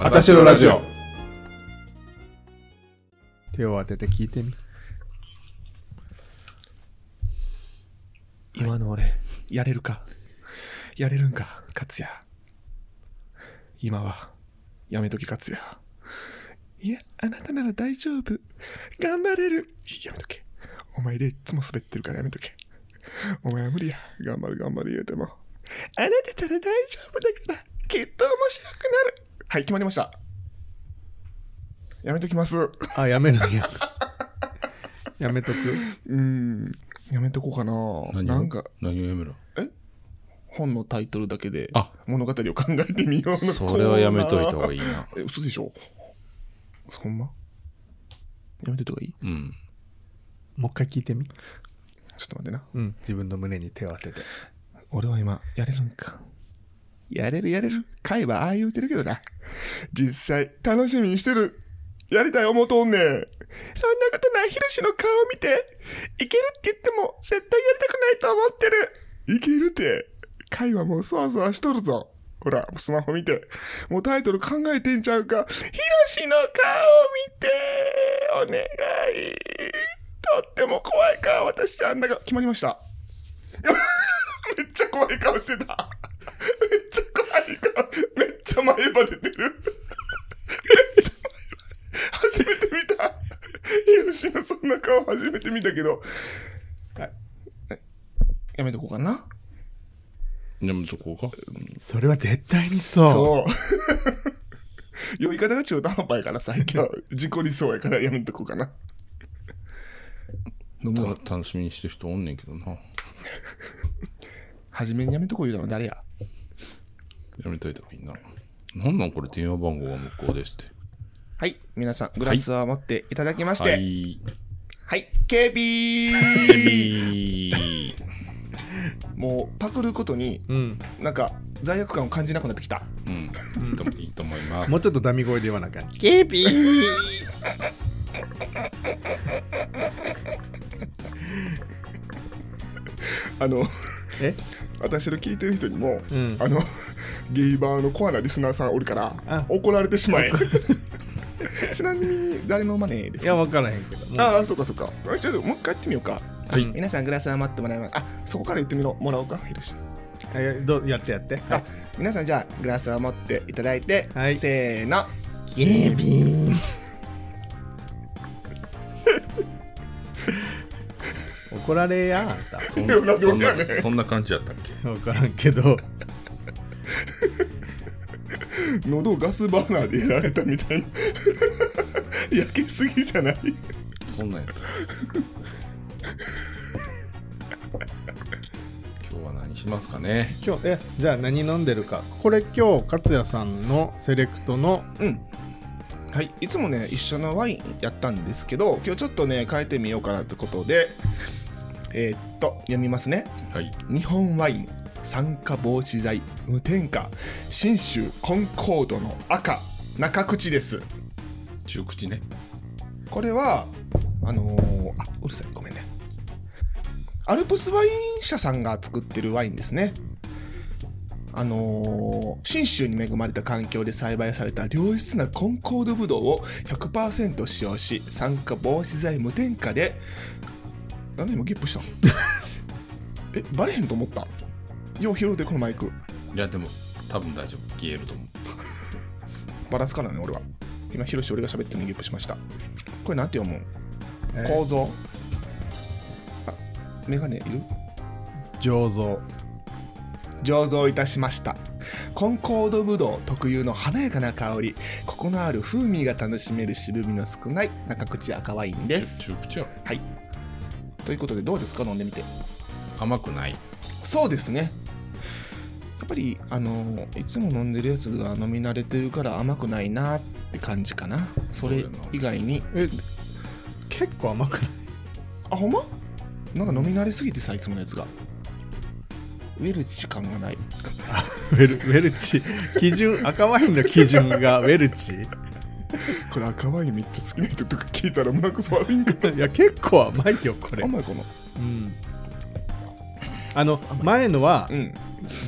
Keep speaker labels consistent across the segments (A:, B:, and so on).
A: あたしろラジオ
B: 手を当てて聞いてみ
C: 今の俺、やれるかやれるんか、勝也。今は、やめとき勝也。いや、あなたなら大丈夫。頑張れる。やめとけ。お前でいっつも滑ってるからやめとけ。お前は無理や。頑張る頑張る言うても。あなたなら大丈夫だから、きっと面白くなる。はい、決まりました。やめときます。う
B: あやめるん ややめとく
C: ーん。やめとこうかな。
A: 何を
C: なんか、
A: 何をやめろ
C: 本のタイトルだけで
A: あ
C: 物語を考えてみようの
A: それはやめといた方が
C: いい
A: いいな
C: え嘘でしょほんまやめといた方がいい
A: うん
B: もう一回聞いてみ
C: ちょっと待ってな
B: うん自分の胸に手を当てて
C: 俺は今やれるんかやれるやれる会はああ言うてるけどな実際楽しみにしてるやりたい思うとんねんそんなことないヒロシの顔見ていけるって言っても絶対やりたくないと思ってるいけるって会はもうそわそわしとるぞほらスマホ見てもうタイトル考えてんちゃうかヒロシの顔見てお願いとっても怖い顔私あんなが決まりましためっちゃ怖い顔してた。めっちゃ怖い顔。めっちゃ前歯出てる。めっちゃ前歯。初めて見た。ヒロシのそんな顔初めて見たけど。
B: はい
C: えやめとこうかな。
A: やめとこうか
B: それは絶対にそう
C: そう。呼び方が中途半端やからさ、今日、事故りそうやからやめとこうかな。飲もう。
A: た楽しみにしてる人おんねんけどなや
C: 初めにやめとこう言うたの誰や
A: めといた方がいいななんなんこれ電話番号が向こうですって
C: はい、皆さん、グラスを持っていただきまして、
A: は
C: はい
A: い
C: はい、警備
A: エビー
C: もうパクることに
B: うん
C: なんか罪悪感を感じなくなってきた
A: うんいいと思いいと思います
B: もうちょっとダミ声で言わなきゃ
C: ケーピー あの
B: え
C: 私の聞いてる人にも、
B: うん
C: あのゲイバーのコアなリスナーさんおるから
B: あ
C: 怒られてしまえ ちなみに誰のマネーです
B: いや
C: か
B: 分からへんけどもう
C: ああそうかそうかあちょっともう一回やってみようか
A: はい
B: うん
C: 皆さんグラスは待ってもらいますあそこから言ってみろもらおうかヒロシ
B: あいやどうやってやっては
C: あ
B: い
C: 皆さんじゃあグラスを持っていただいて、
B: はい
C: せーの
B: ゲビーン 怒られやあんた
A: そん
C: いや同
A: な
C: じ
A: そん
C: ことやね
A: なそんな感じやったっけ
B: 分からんけど
C: 喉をガスバーナーでやられたみたいな 焼けすぎじゃない
A: そんなんやった 今日は何しますかね
B: 今日えじゃあ何飲んでるかこれ今日勝也さんのセレクトの
C: うんはいいつもね一緒のワインやったんですけど今日ちょっとね変えてみようかなってことでえーっと読みますね
A: はい
C: 日本ワイン酸化防止剤無添加信州コンコードの赤中口です
A: 中口ね
C: これはあのーあうるさいごめんねアルプスワイン社さんが作ってるワインですねあのー信州に恵まれた環境で栽培された良質なコンコードブドウを100%使用し酸化防止剤無添加でなんで今ゲップしたの えバレへんと思ったよう拾うでこのマイク
A: いやでも多分大丈夫消えると思う
C: バランスからね俺は今ヒロシ俺が喋ってるのにゲップしましたこれなんて読むん構造あメガネいる
B: 醸造
C: 醸造いたしましたコンコードブドウ特有の華やかな香りコクのある風味が楽しめる渋みの少ない中口赤ワインです
A: 中中口やろ
C: はいということでどうですか飲んでみて
A: 甘くない
C: そうですねやっぱりあのいつも飲んでるやつが飲み慣れてるから甘くないなって感じかなそれ
A: そうだよな
C: 以外に
B: え結構甘くない
C: あほんまなんか飲み慣れすぎてさいつものやつがウェルチ感がない
B: ウェルウェルチ基準赤ワインの基準 がウェルチい
C: これ赤ワインめっちゃ好きな人とか聞いたら胸くそ悪いんか
B: や結構甘いよこれ
C: 甘いかな
B: うんあの前のは
C: うん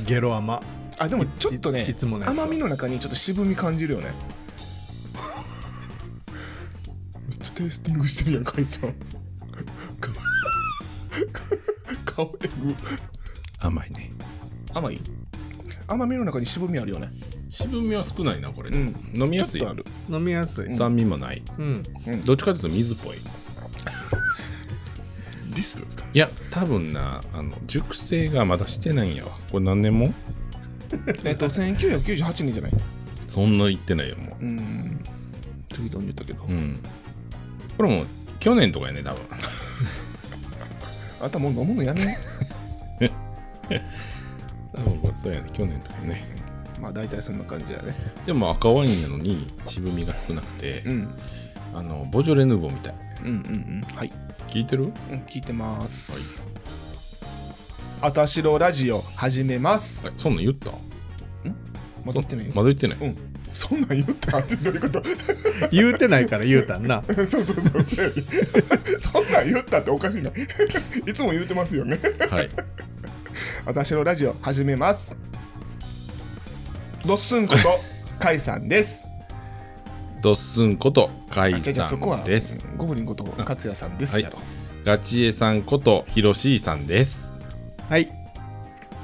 B: ゲロ甘
C: あでもちょっとね
B: いいつものやつは
C: 甘みの中にちょっと渋み感じるよね めっちゃテイスティングしてるやんカイさん か顔えぐ
A: 甘いね
C: 甘い甘みの中に渋みあるよね
A: 渋みは少ないなこれ、
C: うん
A: 飲みやすい
C: ちょっとある
B: 飲みやすい。
A: 酸味もない、
B: うん。
A: どっちかというと水っぽい
C: ディス
A: いや多分なあの熟成がまだしてないんやわこれ何年も
C: えっと1998年じゃない
A: そんな言ってないよもう
C: うん適当に言ったけど、
A: うんこれもう去年とかやね多分
C: あんたもう飲むのやめよ
A: 多分これそうやね去年とかね
C: まあ大体そんな感じやね
A: でも赤ワインなのに渋みが少なくて、
C: うん
A: あのボジョレ・ヌーボーみたい
C: うんうんうんはい、
A: 聞いてる
C: うん、聞いてますあたしろラジオ始めます
A: あそんなん言った
C: まだ言ってないよ
A: まだ言ってない、
C: うんそんなん言ったってどういうこと
B: 言うてないから言うたんな。
C: そうそうそうそう そんなん言ったっておかしいな いつも言うてますよね
A: はい
C: 私のラジオ始めますドッスンことカイさんです
A: ドッスンことカ
C: あ
A: イ
C: じゃあじゃあ
A: さ
C: そこは
A: んです
C: ゴブリンこと勝也さんですやろ、
A: ガチエさんことヒロシーさんです
B: はい。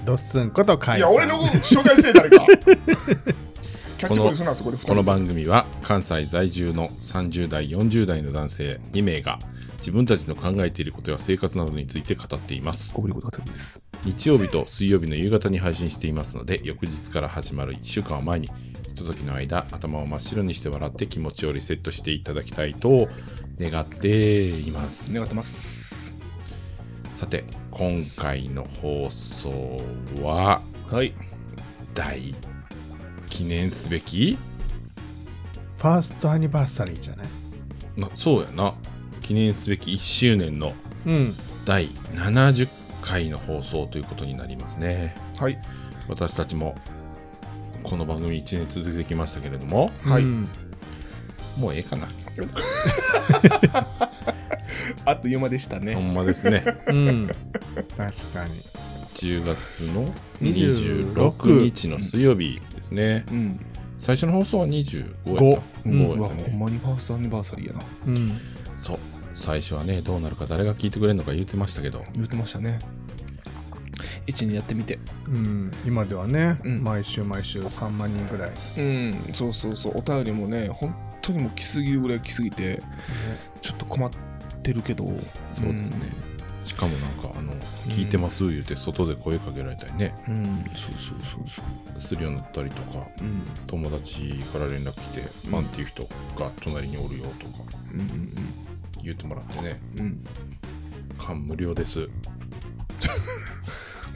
B: ドッスンことカ
C: い、
B: イさ
C: や
B: ん。
C: 俺の紹介せえ誰かキャッチボールすなそこで二人
A: この番組は関西在住の30代40代の男性2名が自分たちの考えていることや生活などについて語っています
C: ゴブリンこと勝也です
A: 日曜日と水曜日の夕方に配信していますので翌日から始まる1週間を前にひとときの間頭を真っ白にして笑って気持ちをリセットしていただきたいと願っています
C: 願ってます
A: さて今回の放送は
C: はい
A: 大記念すべき
B: ファーストアニバーサリーじゃない
A: なそうやな記念すべき1周年の
B: うん。
A: 第70回の放送ということになりますね
C: はい
A: 私たちもこの番組1年続けてきましたけれども
C: はい
B: うん
A: もうええかな
C: あっという間でした
A: ほ
C: ね
A: んまですね
B: うん。確かに。
A: 10月の
B: 26
A: 26日の水曜日ですね
C: うん、
A: 最初の放送は25や
B: 五
A: っ
B: う
A: た
B: ん
A: 5
C: う
A: や
C: わ
A: った
C: ほん
A: ね
C: まにファーストアニバーサリーやな
B: うん。
A: そう最初はねどうなるか誰が聞いてくれるのか言ってましたけど
C: 言ってましたね一にやってみて
B: うん。今ではね、
C: うん
B: 毎週毎週3万人ぐらい。
C: うんそうそうそうお便りもね本当にもう来すぎるぐらい来すぎてちょっと困ってるけど
A: そうですね、しかもなんかあの「聞いてます」言うて外で声かけられたりね、
C: うん、うんそうそうそうそう
A: するようになったりとか
C: うん
A: 友達から連絡来て「ファンっていう人が隣におるよ」とか
C: うん
A: 言ってもらってね
C: うんうん
A: 「感無料です」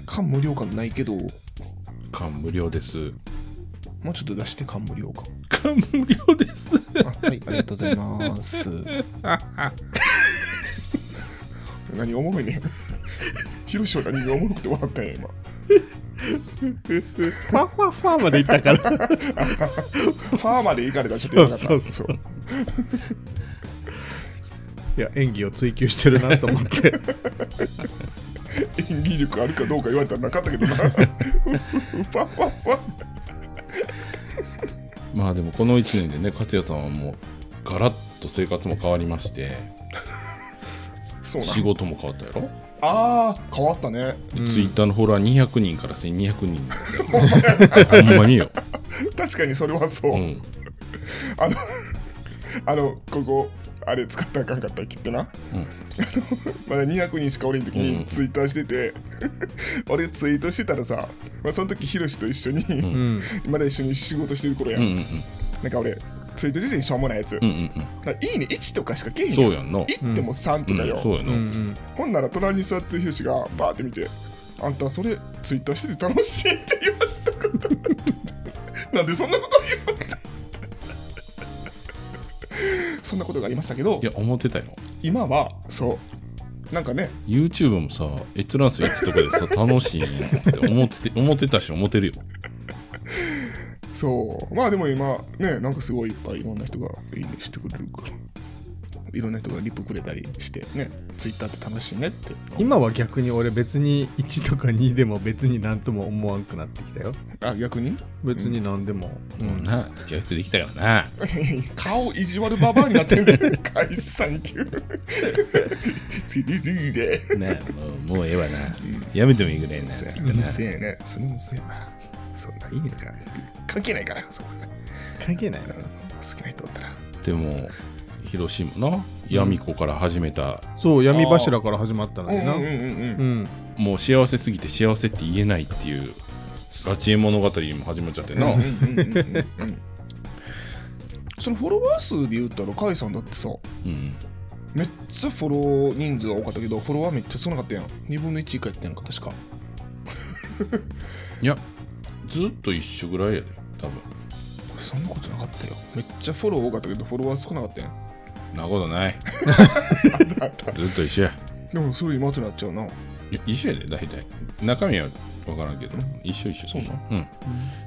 C: 感無量感ないけども
A: 「感無料です」
C: うちょっと出して感無量感
A: 「感無料です」
C: あはいありがとうございます何おもろいねヒロシは何がおもろくて笑ったんや今
B: ファンファンファンまでいったから。
C: ファーまで行かれたらちょっ
B: そう
C: とやばかっ
B: そ
C: た
B: うそう。 いや、演技を追求してるなと思って。
C: 演技力あるかどうか言われたらなかったけどなファファファ
A: まあでもこの1年でね勝也さんはもうガラッと生活も変わりまして
C: そうな
A: 仕事も変わったやろ、
C: ああ変わったね
A: でツイッターのフォロワー200人から1200人 ほんまによ、
C: 確かにそれはそう、
A: うん、
C: あの あのここあれ使ったらあかんかったっけってな、
A: うん
C: あのまだ200人しかおれん時
A: うん
C: にツイッターしてて、 俺ツイートしてたらさ、まあ、その時ヒロシと一緒に、
B: うん。
C: まだ一緒に仕事してる頃や、
A: うんんうんうん
C: なんか俺ツイート自身しょうもないやつ、
A: うんうんうん
C: なんかいいね1とかしかけえへん
A: そう
C: や
A: やんな、
C: 1っても3とかよ、
A: うんそうやな、
B: うん
C: ほんなら隣に座ってるヒロシがバーって見て、あんたそれツイッターしてて楽しいって言われたこと なんでそんなこと言われた そんなことがありましたけど
A: い、や思ってたよ
C: 今はそう、なんかね、
A: YouTube もさ閲覧数1とかでさ楽しいねって思ってて思ってたし思ってるよ
C: そう、まあでも今、ね、なんかすごいいっぱいいろんな人がいいねしてくれるから。いろんな人がリップくれたりしてねツイッターって楽しいねって
B: 今は逆に俺別に1とか2でも別に何とも思わんくなってきたよ
C: あ逆に
B: 別に何でも、
A: もうな、付き合う人できたからな。
C: 顔意地悪ババアになって る解散 級次で
A: ねもう、もうええわな。やめてもいいぐらいなやつやった
C: う
A: な
C: る。せえねそれもそうやなそんないいねんか関係ないからそんな
B: 関係ない
C: うん好きな人おったら
A: でも、広島な、闇子から始めた、
B: そう闇柱から始まったのにな
C: うん
B: うん
A: もう幸せすぎて幸せって言えないっていう、ガチ絵物語も始まっちゃってな。
C: うんうんうんうんうんそのフォロワー数で言ったら甲斐さんだってさ
A: うん
C: めっちゃフォロー人数が多かったけどフォロワーめっちゃ少なかったやん2分の1以下やったやんか確か
A: いや、ずっと一緒ぐらいやで、多分。
C: 俺そんなことなかったよめっちゃフォロー多かったけどフォロワー少なかったやん
A: そんなこと ない。ずっと一緒や。
C: でもそれ今となっちゃうない
A: や一緒やで、大体。中身は分からんけど、一緒一緒。
C: そうなの
A: うん。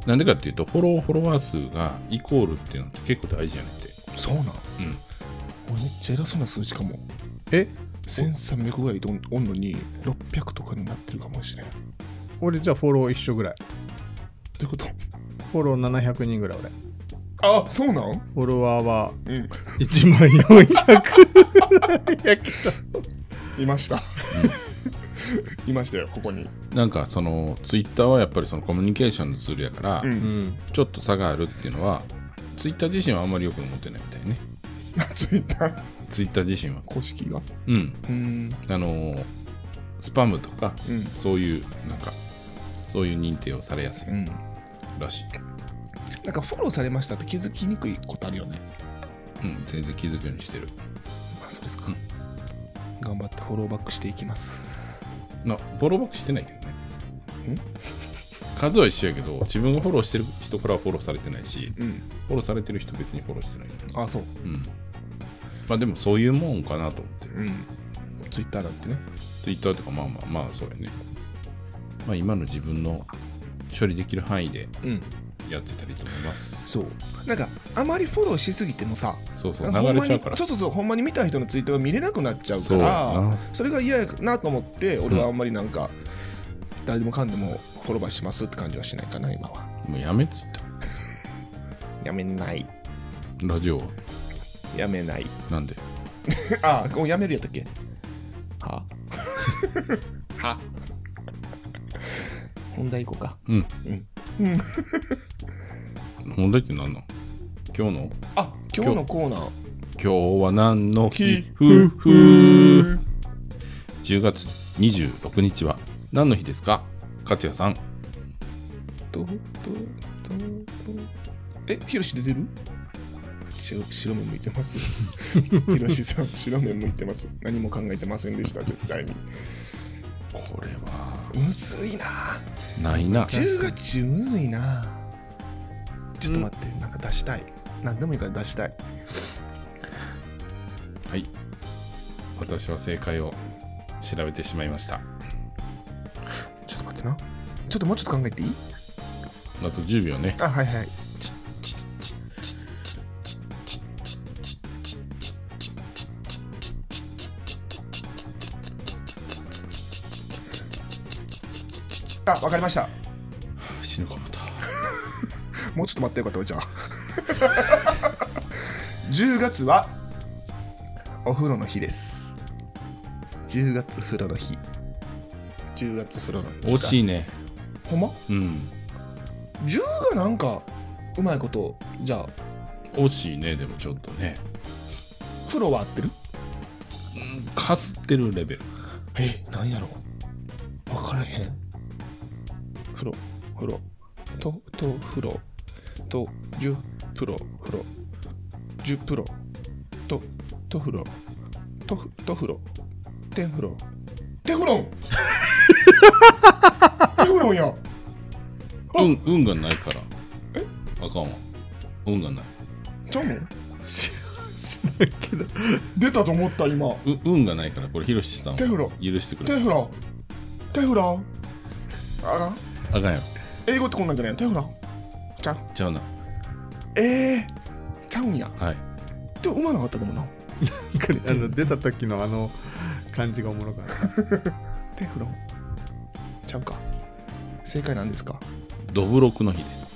A: なんでかっていうと、フォロー、フォロワー数がイコールっていうのって結構大事やねんて。
C: そうなん
A: うん。
C: 俺めっちゃ偉そうな数字かも
B: え
C: 1300ぐらいとおんのに600とかになってるかもしれんど
B: 俺じゃあフォロー一緒ぐらいう
C: いうこと
B: フォロー700人ぐらい俺
C: あそうなん
B: フォロワーは
C: うん
B: 1万400ぐ らいやけ
C: いましたいましたよここに
A: なんかそのツイッターはやっぱりそのコミュニケーションのツールやから、
C: うん
B: どうん
A: ちょっと差があるっていうのはツイッター自身はあんまりよく思ってないみたいね
C: ツイッター
A: ツイッター自身は
C: 公式が
A: うん
C: うん
A: あのースパムとか
C: うん
A: そういうなんかそういう認定をされやすい
C: うん
A: らしい、
C: なんかフォローされましたって気づきにくいことあるよね
A: うん、全然気づくようにしてる
C: まあそうですか、頑張ってフォローバックしていきます
A: なフォローバックしてないけどね数は一緒やけど自分がフォローしてる人からはフォローされてないし
C: うん
A: フォローされてる人別にフォローしてない
C: あそう
A: うんまあでもそういうもんかなと思って
C: うんツイッターだってね
A: ツイッターとかまあまあまあそうやね。まあ今の自分の処理できる範囲で
C: うん
A: やってたりと思います。
C: そうなんかあまりフォローしすぎてもさ
A: そうそう、
C: なんかほ
A: 流
C: ん
A: れ
C: ま
A: ちゃ
C: に
A: うから。
C: そうそうそうほんまに見た人のツイートが見れなくなっちゃうか
A: そうやな
C: らそれが嫌やなと思って俺はあんまりなんか、誰でもかんでもフォローバーしますって感じはしないかな今は
A: もうやめっつった。
C: やめない
A: ラジオは。
C: や めない
A: なんで
C: ああやめるやったっけは は本題行こうか
A: うん。 問題って何なの今日の
C: あ今日のコーナー
A: 今日は何の日
C: 日
A: ふふ10月26日は何の日ですか勝也さん。
C: どどどえヒロシ出てる白白目向いてますヒロシさん白目向いてます何も考えてませんでした絶対に
A: これは
C: むずいな
A: ないな。
C: 10月中むずいなちょっと待って、なんか出したい何でもいいから出したい
A: はい。私は正解を調べてしまいました。
C: ちょっと待ってなちょっともうちょっと考えていい
A: あと10秒ね。
C: あはいはいあわかりました
A: 死ぬかもた。
C: もうちょっと待ってよかったわじゃあ 10月はお風呂の日です10月風呂の日10月風呂の日
A: 惜し
C: い
A: いね。
C: ほんま
A: うん。
C: 10がなんかうまいことじゃあ
A: 惜しいね、でもちょっとね。
C: 風呂は合ってる
A: かすってるレベル。
C: えなんやろ分からへん風呂風呂とと風呂と10プロ風呂10プロとと風呂とふと風呂天風呂テフロンテフロンや
A: 運、運がないから。あかんわ。運がない。
C: ちゃうもん
B: 知らんけど
C: 出たと思った今
A: う運がないから、これ、ひろしさんは
C: 手風呂
A: 許してく
C: テ
A: れ。
C: フロンテフロンあら
A: あかんやろ。
C: 英語ってこんなんじゃないのテフロンちゃう
A: ちゃうな。
C: えー、ちゃうんや
A: はい。
C: でもうまなかったでもな
B: あの出た時のあの感じがおもろかった
C: テフロンちゃうか正解なんですか
A: どぶろくの日です、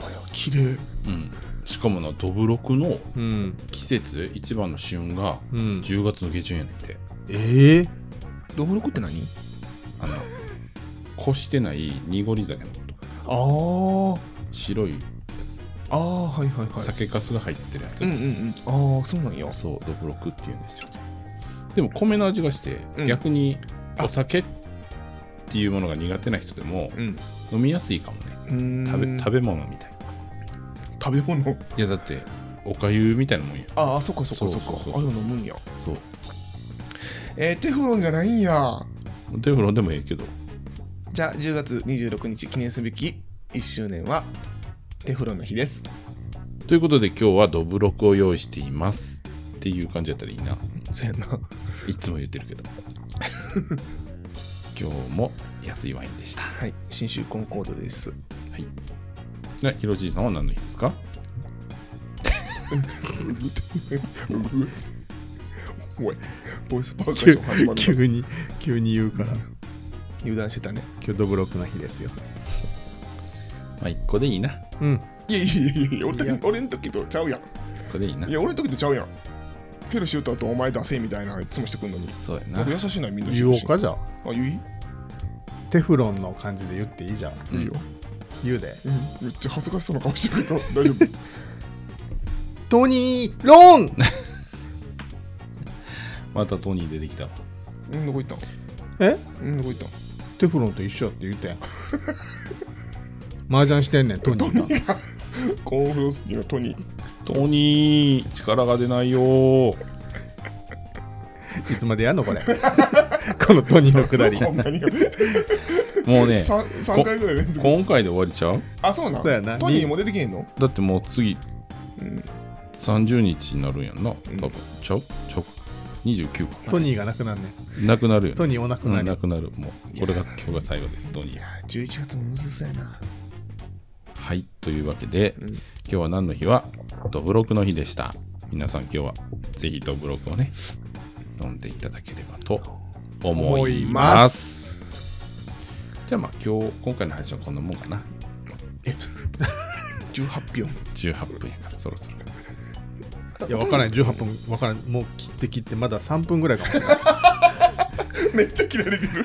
C: あや綺麗
A: うん、しかもなどぶろくの
B: うん
A: 季節一番の旬が
B: うん
A: 10月の下旬やねんて
B: ええ
C: どぶろくって何
A: あ のこしてない濁り酒のこと
C: あー
A: 白い
C: あーはいはいはい
A: 酒粕が入ってるやつ、
C: うんうんうんああそうなんや
A: そうどぶろくって言うんですよでも米の味がして、
C: うん
A: 逆にお酒っていうものが苦手な人でも
C: うん
A: 飲みやすいかもね食べ食
C: べ
A: べ物みたい
C: 食べ物
A: いやだっておかゆみたいなもんや
C: ああそっかそっかそっ
A: そうそうそう
C: かあれを飲むんや
A: そう
C: えー、テフロンじゃないんや
A: テフロンでもええけど
C: じゃあ10月26日記念すべき1周年はテフロンの日です
A: ということで今日はどぶろくを用意していますっていう感じやったらいいな
C: そうやんな
A: いつも言ってるけ ど今日も安いワインでした
C: はい新州コンコードです
A: でひろじいさんは何の日ですか
C: おいボイスパーカッ
B: 急
C: ション始まるな
B: 急に急に言うから
C: 油断してたね
B: 今日ドブロックな日ですよ
A: まあ1個でいいな
B: うん
C: いやいやいやいや俺
B: いや
C: た俺の時とちゃうやん
A: 1個でいいない
C: や俺の時とちゃうやんヘルシューターとお前出せみたいなのいつもしてくんのに
A: そうやな
C: 僕優しいなみんな
B: 言おうか
C: あ
B: じゃあ
C: 言い
B: テフロンの感じで言っていいじゃん
A: うん
C: いいよ、
B: 言うで
C: うん、めっちゃ恥ずかしそうな顔してるけど大丈夫
B: トニーロン
A: またトニー出てきたわ
C: うんどこ行ったん
B: え
C: うんどこ行ったん
B: テフロンと一緒やって言うてん麻雀してんねんトニーが
C: コーンフロスティーのトニー
A: トニー力が出ないよー
B: いつまでやんのこれこのトニーのくだり
C: こんなに 3,
A: もうね
C: 3回ぐらい連続
A: 今回で終わりちゃう
C: あそうなん
B: そうやな
C: トニーも出てけへんの
A: だってもう次
C: うん
A: 30日になるんやんな多
C: ん
A: 分、ちゃうちゃうか29か
B: トニーがなくなんねん
A: なくなるよ、ね、
B: トニーおなくな
A: うん
B: り
A: なくなるもうこれが今日が最後ですトニー
C: 11月もむずそうやな
A: はいというわけで、
C: うん
A: 今日は何の日はどぶろくの日でした皆さん今日はぜひどぶろくをね飲んでいただければと思いますじゃあまあ今日今回の配信はこんなもんかな
C: 18秒
A: 18分やからそろそろ
B: いや分からん18分分からんもう切って切ってまだ3分ぐらいかもしれない
C: めっちゃ切られてる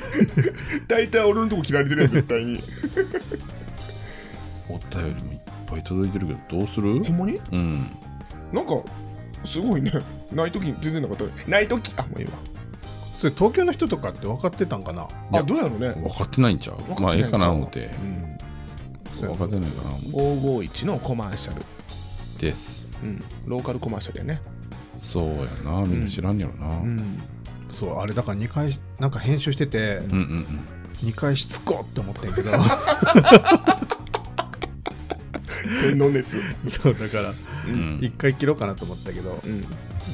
C: 大体俺のとこ切られてるやん絶対に
A: お便りもいっぱい届いてるけどどうする
C: ほんまに
A: うん
C: なんかすごいねない時に全然なかったねない時あもういいわ
B: それ東京の人とかって分かってたんかな
A: や
C: あどうやろうね
A: 分かってないんちゃう
C: 分
A: ま
C: かっ
A: あええ
C: てない
A: かな思って
C: うん
A: 分かってないかな思って
C: 551のコマーシャル、
A: です
C: うん、ローカルコマーシャルやね、
A: そうやなみんな知らんやろな、
C: う
A: うん、
C: ん、
B: そうあれだから2回なんか編集してて
A: うんうん
B: 2回しつこって思ってんけど
C: 天皇です、
B: そうだから
A: うんうん
B: 1回切ろうかなと思ったけど
C: うん、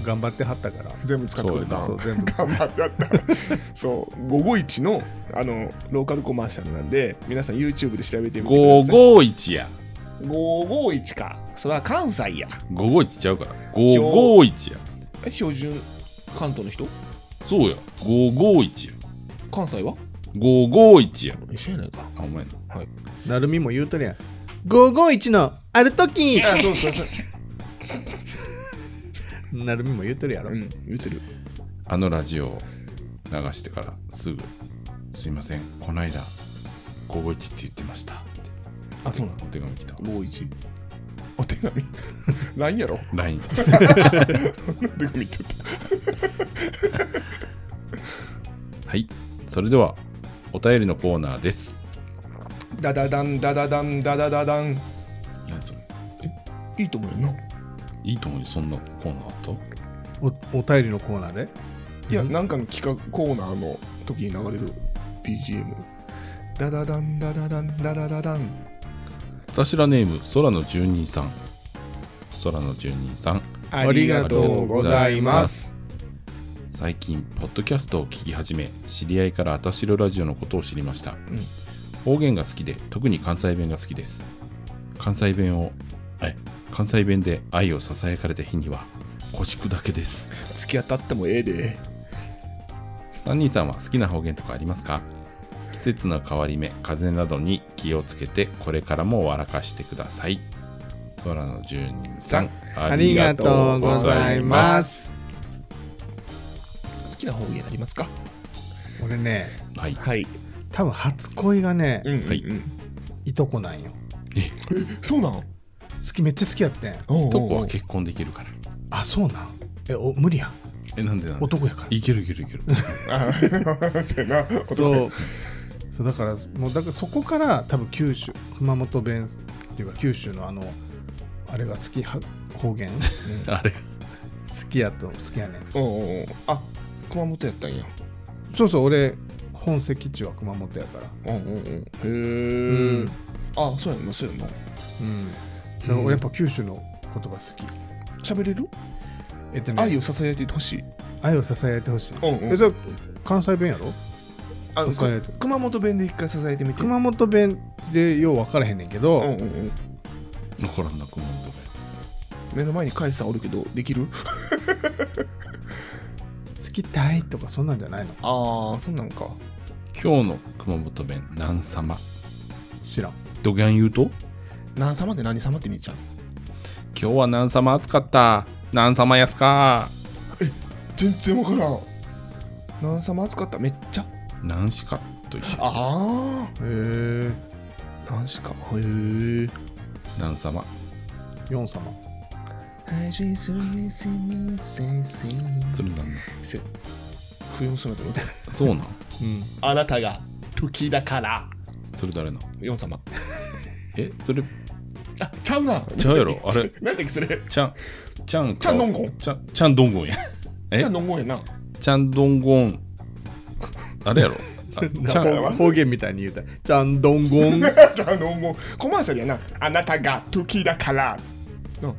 B: 頑張ってはったから
C: 全部使ってくれた
B: そう全部
C: 頑張った そう551のあのローカルコマーシャルなんで皆さん YouTube で調べてみてください
A: 551や
C: 551かそれは関西や
A: 551ちゃうから551や
C: え標準関東の人
A: そうや551や
C: 関西は
A: 551や
C: 一緒やないか
A: あお前の
B: なるみも言うとるやん551のあるとき
C: あそうそうそう、
B: なるみも言うとるやろ、
C: うん、言ってる
A: あのラジオを流してからすぐすいませんこないだ551って言ってましたって
C: あそうなの
A: お手紙来た
C: 51お手紙 LINE やろ
A: LINE
C: お手紙って言っ
A: はいそれではお便りのコーナーです
C: たダダダンダダダンダダダダン
A: いやそれ
C: いいと思うよない
A: いと思うよそんなコーナーあった
B: おお便りのコーナーで
C: いや、なんかの企画コーナーの時に流れる BGM。ダダダンダダダンダダダダン。。
A: 私らネーム空の住人さん空の住人さん
B: ありがとうございます
A: 最近ポッドキャストを聞き始め知り合いからあたしろラジオのことを知りました、
C: ん
A: 方言が好きで特に関西弁が好きです関西弁をえ関西弁で愛をささやかれた日には腰砕けです
C: 突き当たってもええで。
A: サニーさんは好きな方言とかありますか季節の変わり目風邪などに気をつけてこれからも笑かしてください空の住人さんあ
B: ありがとうございますす。
C: 好きな方言ありますか
B: 俺ね、
A: はい
C: はい。
B: 多分初恋がね、
C: うん、
A: はい
B: いとこなんよ。
C: そうなん
B: 好きめっちゃ好きやってん。
C: おうおうおう
A: とこは結婚できるから
B: あ、そうなん。え、お無理やん。
A: えなんでなんで
B: 男やから。
A: いけるいけるい ける
C: あ そうやな。
B: そう。そうだからもうだからそこから多分九州熊本弁っていうか九州のあのあれが好きは方 言好
A: あれ
B: きやと好きやねん
C: おうおうおうあ熊本やったんや。
B: そうそう俺本籍地は熊本やから
C: うんうんうん。へえ、
B: うん
C: あそうやんな、そうやんな。
B: うん、だから俺やっぱ九州の言葉好き。
C: 喋れる
B: えっとね、
C: 愛を支えてほしい。
B: 愛を支えてほしい。
C: うん
B: え、それ関西弁やろ
C: あ
B: 支えて
C: く熊本弁で一回支えてみて。
B: 熊本弁でよう分からへんねんけど、
C: うんうんうん。
A: 残らんな熊本弁
C: 目の前に返さんおるけど、できる
B: 好きたいとかそんなんじゃないの
C: ああ、そんなんか。
A: 今日の熊本弁何様
B: 知らん。
A: どぎゃん言うと
C: 何様で何様って兄ちゃん。
A: 今日は何様暑かった何様安か
C: 全然わからん。何様扱っためっちゃ。
A: 何しかと一緒
C: あ
B: へえ、
C: あ。何しか。へえ。
A: 何様
B: ヨン様。
A: それなんだ
C: せ不要そうなと思って
A: そうなん
B: うん。
C: あなたが時だから
A: それ誰なん
C: ヨン様
A: えそれ
C: あ ちゃう な
A: ちゃうやろあれ
C: なんだっけそれち
A: ちゃんちゃんか
C: ちゃんどんごん
A: ちゃんちゃんどんごんや え
C: ゃう飲もうやな
A: ちゃんどんごんあ れやろあちゃん
B: 方方言みたいに言うたら、ちゃんどんごん。
C: ちゃう飲もうコマーシャルやなあなたが時だからな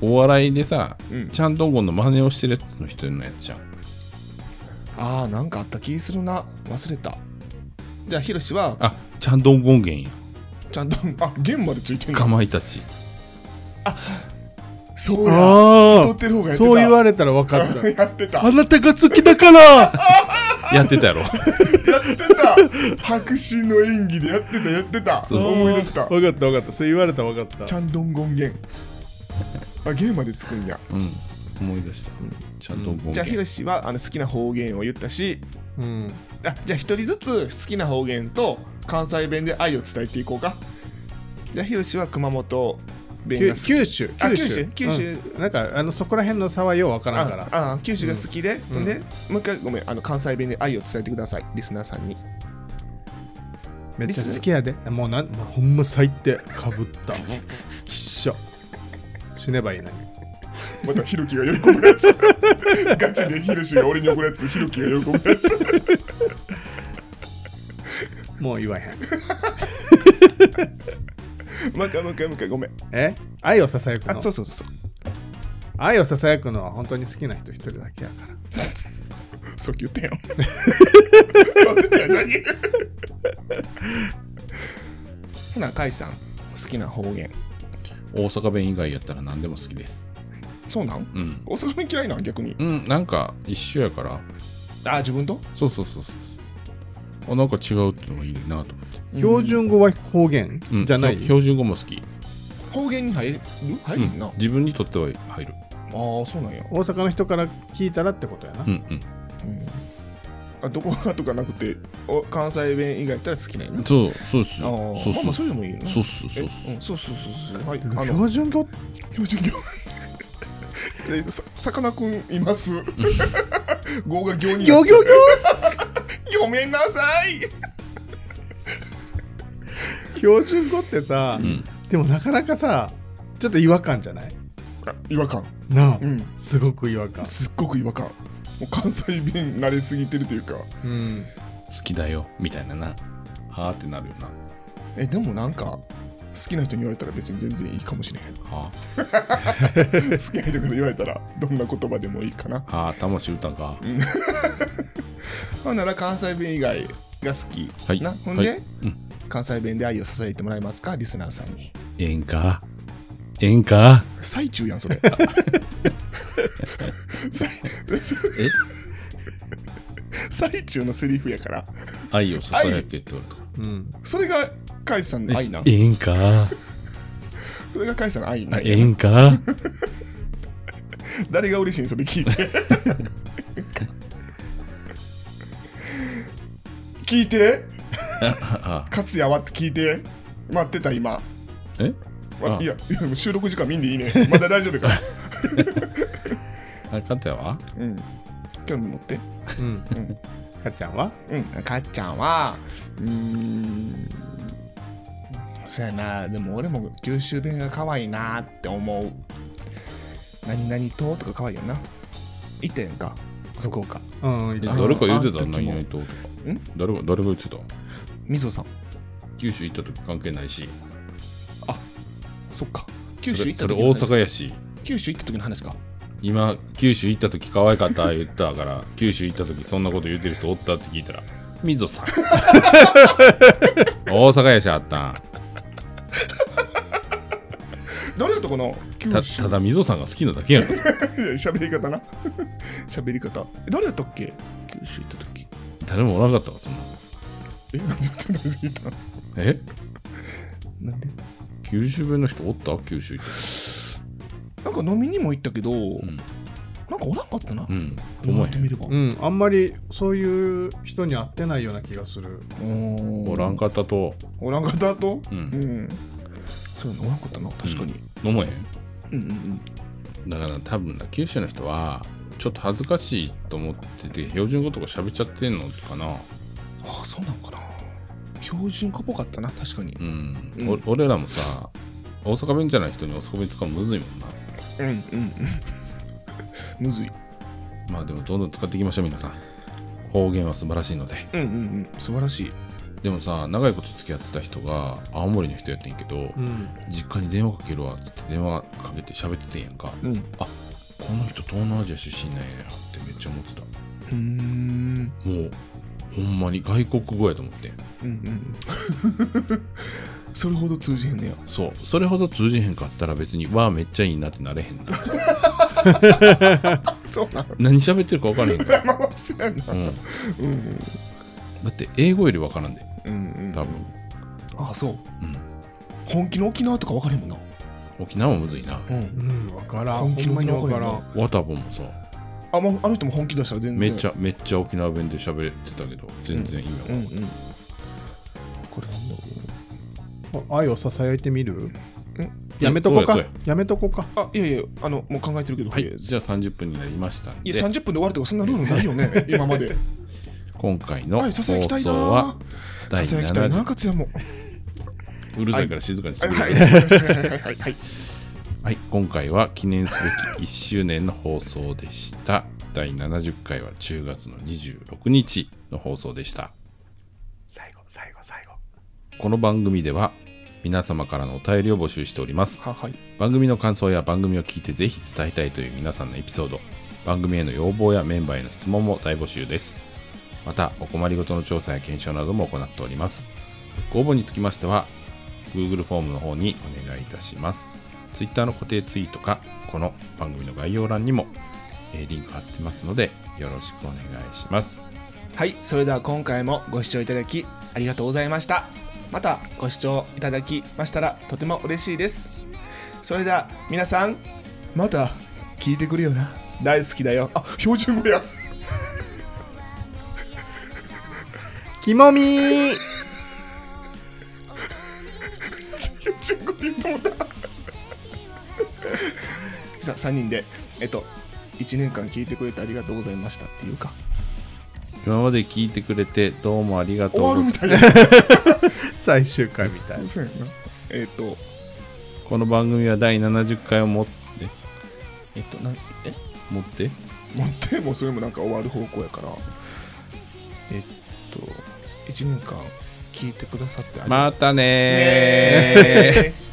A: お笑いでさ、
C: うん
A: ちゃんどんごんの真似をしてるやつの人のやつじゃん
C: あーなんかあった気するな忘れたじゃあヒロシは
A: あちゃんどんごんげんや
C: ちゃんとあ弦までついてん
A: か
C: の
A: まいたち
C: そうや
B: あ
C: 撮ってる方がや
B: あ、
C: ってた
B: そう言われたら分かった。
C: やってた
B: あなたが好きだから
A: やってたやろ
C: 白紙の演技でやってたやってた
A: そう
C: 思い出した
B: 分かった分かった。そう言われたら分かっ
C: ち
B: た。
C: ゃんどんごんげんあ弦までつくんや
A: うん思い出した、ちゃんどんごん
C: じ
A: げ
C: ゃあヒ
A: ん
C: ロシはあの好きな方言を言ったし
B: うん。
C: あじゃあ一人ずつ好きな方言と関西弁で愛を伝えていこうかじゃあヒロシは熊本弁
B: 九
C: が好き
B: 九州
C: あ九州九州
B: うんなんかあのそこら辺の差はよう分からんから
C: ああ九州が好きで、
B: うん
C: でもう一回ごめんあの関西弁で愛を伝えてくださいリスナーさんに
B: めっちゃ好きやでもうなんもうほんま最低かぶったきっしょ死ねばいいのに
C: またヒロキが喜ぶやつ ガチでヒロシが俺に怒るやつヒロキが喜ぶやつ
B: もう言わへん
C: もう一回もう一回もう一回ごめん
B: え愛をささやくの
C: あそうそうそうそう
B: 愛をささやくのは本当に好きな人一人だけやから
C: さっき言 ったやん言ってたやんさっきほな甲斐さん好きな方言
A: 大阪弁以外やったら何でも好きです
C: そうなん
A: うん
C: 大阪弁嫌いなん逆に
A: うん、なんか一緒やから、
C: あ自分と
A: そうそうそうそう。あなんか違うってのがいいなと思って。
B: 標準語は方言
A: うん
B: じゃない
A: そう標準語も好き。
C: 方言に入る入
A: う
C: るな、
A: ん、自分にとっては入る。
C: ああそうなんや、
B: 大阪の人から聞いたらってことやな
A: うんうん。
C: うんあどこがとかなくてお関西弁以外やったら好きなんやな
A: そうそうっす
C: あ
A: よ。
C: ー
A: そう
C: まあ
A: そう
C: まあそれでもいいよな
A: そうっす
C: え
A: そうっす
C: うんそうそうそうそうはい あの
B: 標準語
C: 標準語で ささかなクンいます語が行になっちゃうごめんなさい
B: 標準語ってさ
A: ん
B: でもなかなかさちょっと違和感じゃない
C: あ違和感
B: なあ
C: うん
B: すごく違和感
C: すっごく違和感もう関西弁慣れすぎてるというか
B: うん
A: 好きだよ、みたいなな。はあってなるよな。
C: えでもなんか好きな人に言われたら別に全然いいかもしれへん
A: は
C: 好きな人から言われたらどんな言葉でもいいかな
A: あ、はあ、魂歌か。
C: ほんなら関西弁以外が好き、
A: はい
C: なほんで、
A: はいうん
C: 関西弁で愛を支えてもらえますかリスナーさんに
A: ええんか。ええんか。
C: 最中やんそれ
A: え
C: 最中のセリフやから
A: 愛をささやけって言われた
B: うん。
C: それがカイさんの愛な
A: ええんか
C: それがカイさんの愛な
A: あええんか
C: 誰が嬉しいんそれ聞いて聞いて
A: あ
C: 勝也はって聞いて待ってた今
A: え
C: わ
A: あ
C: いやいやもう収録時間見んでいいねまだ大丈夫か、
A: あかんたは
C: うん、興味持って
B: うん。かっちゃんは
C: うんかっちゃんはうーんそうやなでも俺も九州弁が可愛いなって思う何々ととか可愛いよな行ったやんか福岡
B: うん。いい
A: え
B: か
A: 誰か言うて
C: あ
A: た
C: あの時も
A: 何々ととか
C: ん
A: 誰が誰が言ってた
C: みぞさん
A: 九州行った時関係ないし
C: そっか九
A: そ
C: 州
A: れ
C: 行った
A: それ
C: 時
A: 大
C: の話
A: 阪やし
C: 九州行った時の話か
A: 今九州行った時可愛かった言ったから九州行った時そんなこと言うてる人おったって聞いたら水ぞさん大阪やしあったん
C: 誰だったかな九
A: た
C: 州
A: ただ溝さんが好きなだけやん
C: 喋り方な 喋り方え誰だったっけ九州行った時
A: 誰もおらんかったわそんな
C: えなんでなんで言った
A: え
C: なんで
A: 九州弁の人おった九州行っ
C: なんか飲みにも行ったけど、
A: ん
C: なんかおらんかったな、
A: たうんと
C: 思
A: 思
C: っ
A: え
C: て
A: へん
C: みれば、
B: うん。あんまりそういう人に会ってないような気がする。
C: う
A: おらんかったと
C: おらんかった後
A: う
C: うんんそういうのおらんかったな確かに、
A: 思えへん
C: うん、うんうん
A: だから多分な九州の人はちょっと恥ずかしいと思ってて標準語とか喋っちゃってんのかな
C: ああそうなんかな標準語っぽかったな確かに
A: うん、
C: うん
A: お俺らもさ大阪弁じゃない人に大阪弁使うのむずいもんな
C: うんうん うんむずい
A: まあでもどんどん使っていきましょう皆さん方言は素晴らしいので
C: うんうんうん素晴らしい
A: でもさ長いこと付き合ってた人が青森の人やってんけど、
B: うん。
A: 実家に電話かけるわっつって電話かけて喋っててんやんか
C: うんう
A: この人東南アジア出身なんやってめっちゃ思ってた
C: ーん
A: もうほんまに外国語やと思って
C: うんうん それほど通じへんねや
A: そうそれほど通じへんかったら別にわあめっちゃいいなってなれへんな
C: そうなの
A: 何喋ってるか分からへんから、
C: まあまあそう
A: う
C: やな
A: ん、だ
C: うん
A: って英語より分からんで
C: うんうんうん
A: 多分、
C: ああそう、
A: うん
C: 本気の沖縄とか分かるもんな
A: 沖縄もむずいな
C: うん
B: うん。わからん。
C: 本気
B: ほん
C: の
B: まにわか
C: わ
B: ら
C: か
B: ん。
A: ワタボもさ
C: あもうあの人も本気出したら全
A: め
C: 然
A: っちゃ、めっちゃ沖縄弁で喋ってたけど全然意味わか
C: うんん
A: な
C: う
A: い、
C: んこれなんだろ
B: 愛をささやいてみる
C: え
B: やめとこか
A: そうやそう。
B: やめとこか。
C: うあいやいやあのもう考えてるけど
A: はいじゃあ
C: あ
A: 30分になりましたん
C: い
A: で
C: や30分で終わるとかそんなルールないよ ね今まで
A: 今回の
C: はい
A: 放
C: ささやきたい
A: 送
C: な
A: は
C: ー
A: 第
C: ささやきたいな
A: 70
C: 勝也も
A: うるさいから静かにして
C: はい
A: くだ
C: は
A: さ
C: い
A: い、
C: はいはいはい
A: はい、今回は記念すべき1周年の放送でした第70回は10月の26日の放送でした
B: 最後、最後、最後。
A: この番組では皆様からのお便りを募集しております
C: ははい
A: 番組の感想や番組を聞いてぜひ伝えたいという皆さんのエピソード番組への要望やメンバーへの質問も大募集ですまたお困りごとの調査や検証なども行っておりますご応募につきましては Google フォームの方にお願いいたします Twitter の固定ツイートかこの番組の概要欄にもえーリンク貼ってますのでよろしくお願いします
C: はいそれでは今回もご視聴いただきありがとうございましたまたご視聴いただきましたらとても嬉しいですそれでは皆さんまた聞いてくれよな大好きだよあ標準語や
B: きもみー
C: 標準語で言ったもんなさあ3人でえっと1年間聞いてくれてありがとうございましたっていうか
A: 今まで聞いてくれてどうもありがとう
C: 終
A: ござ
C: わ
A: い
C: る
A: ま
C: み
A: す
C: たいな
B: 最終回みたい。
C: そうや なえっと
A: この番組は第70回をもって
C: えっとなんえ
A: 持って
C: 持ってもうそれもなんか終わる方向やからえっと1年間聞いてくださってありがとう
A: またねー
C: ねー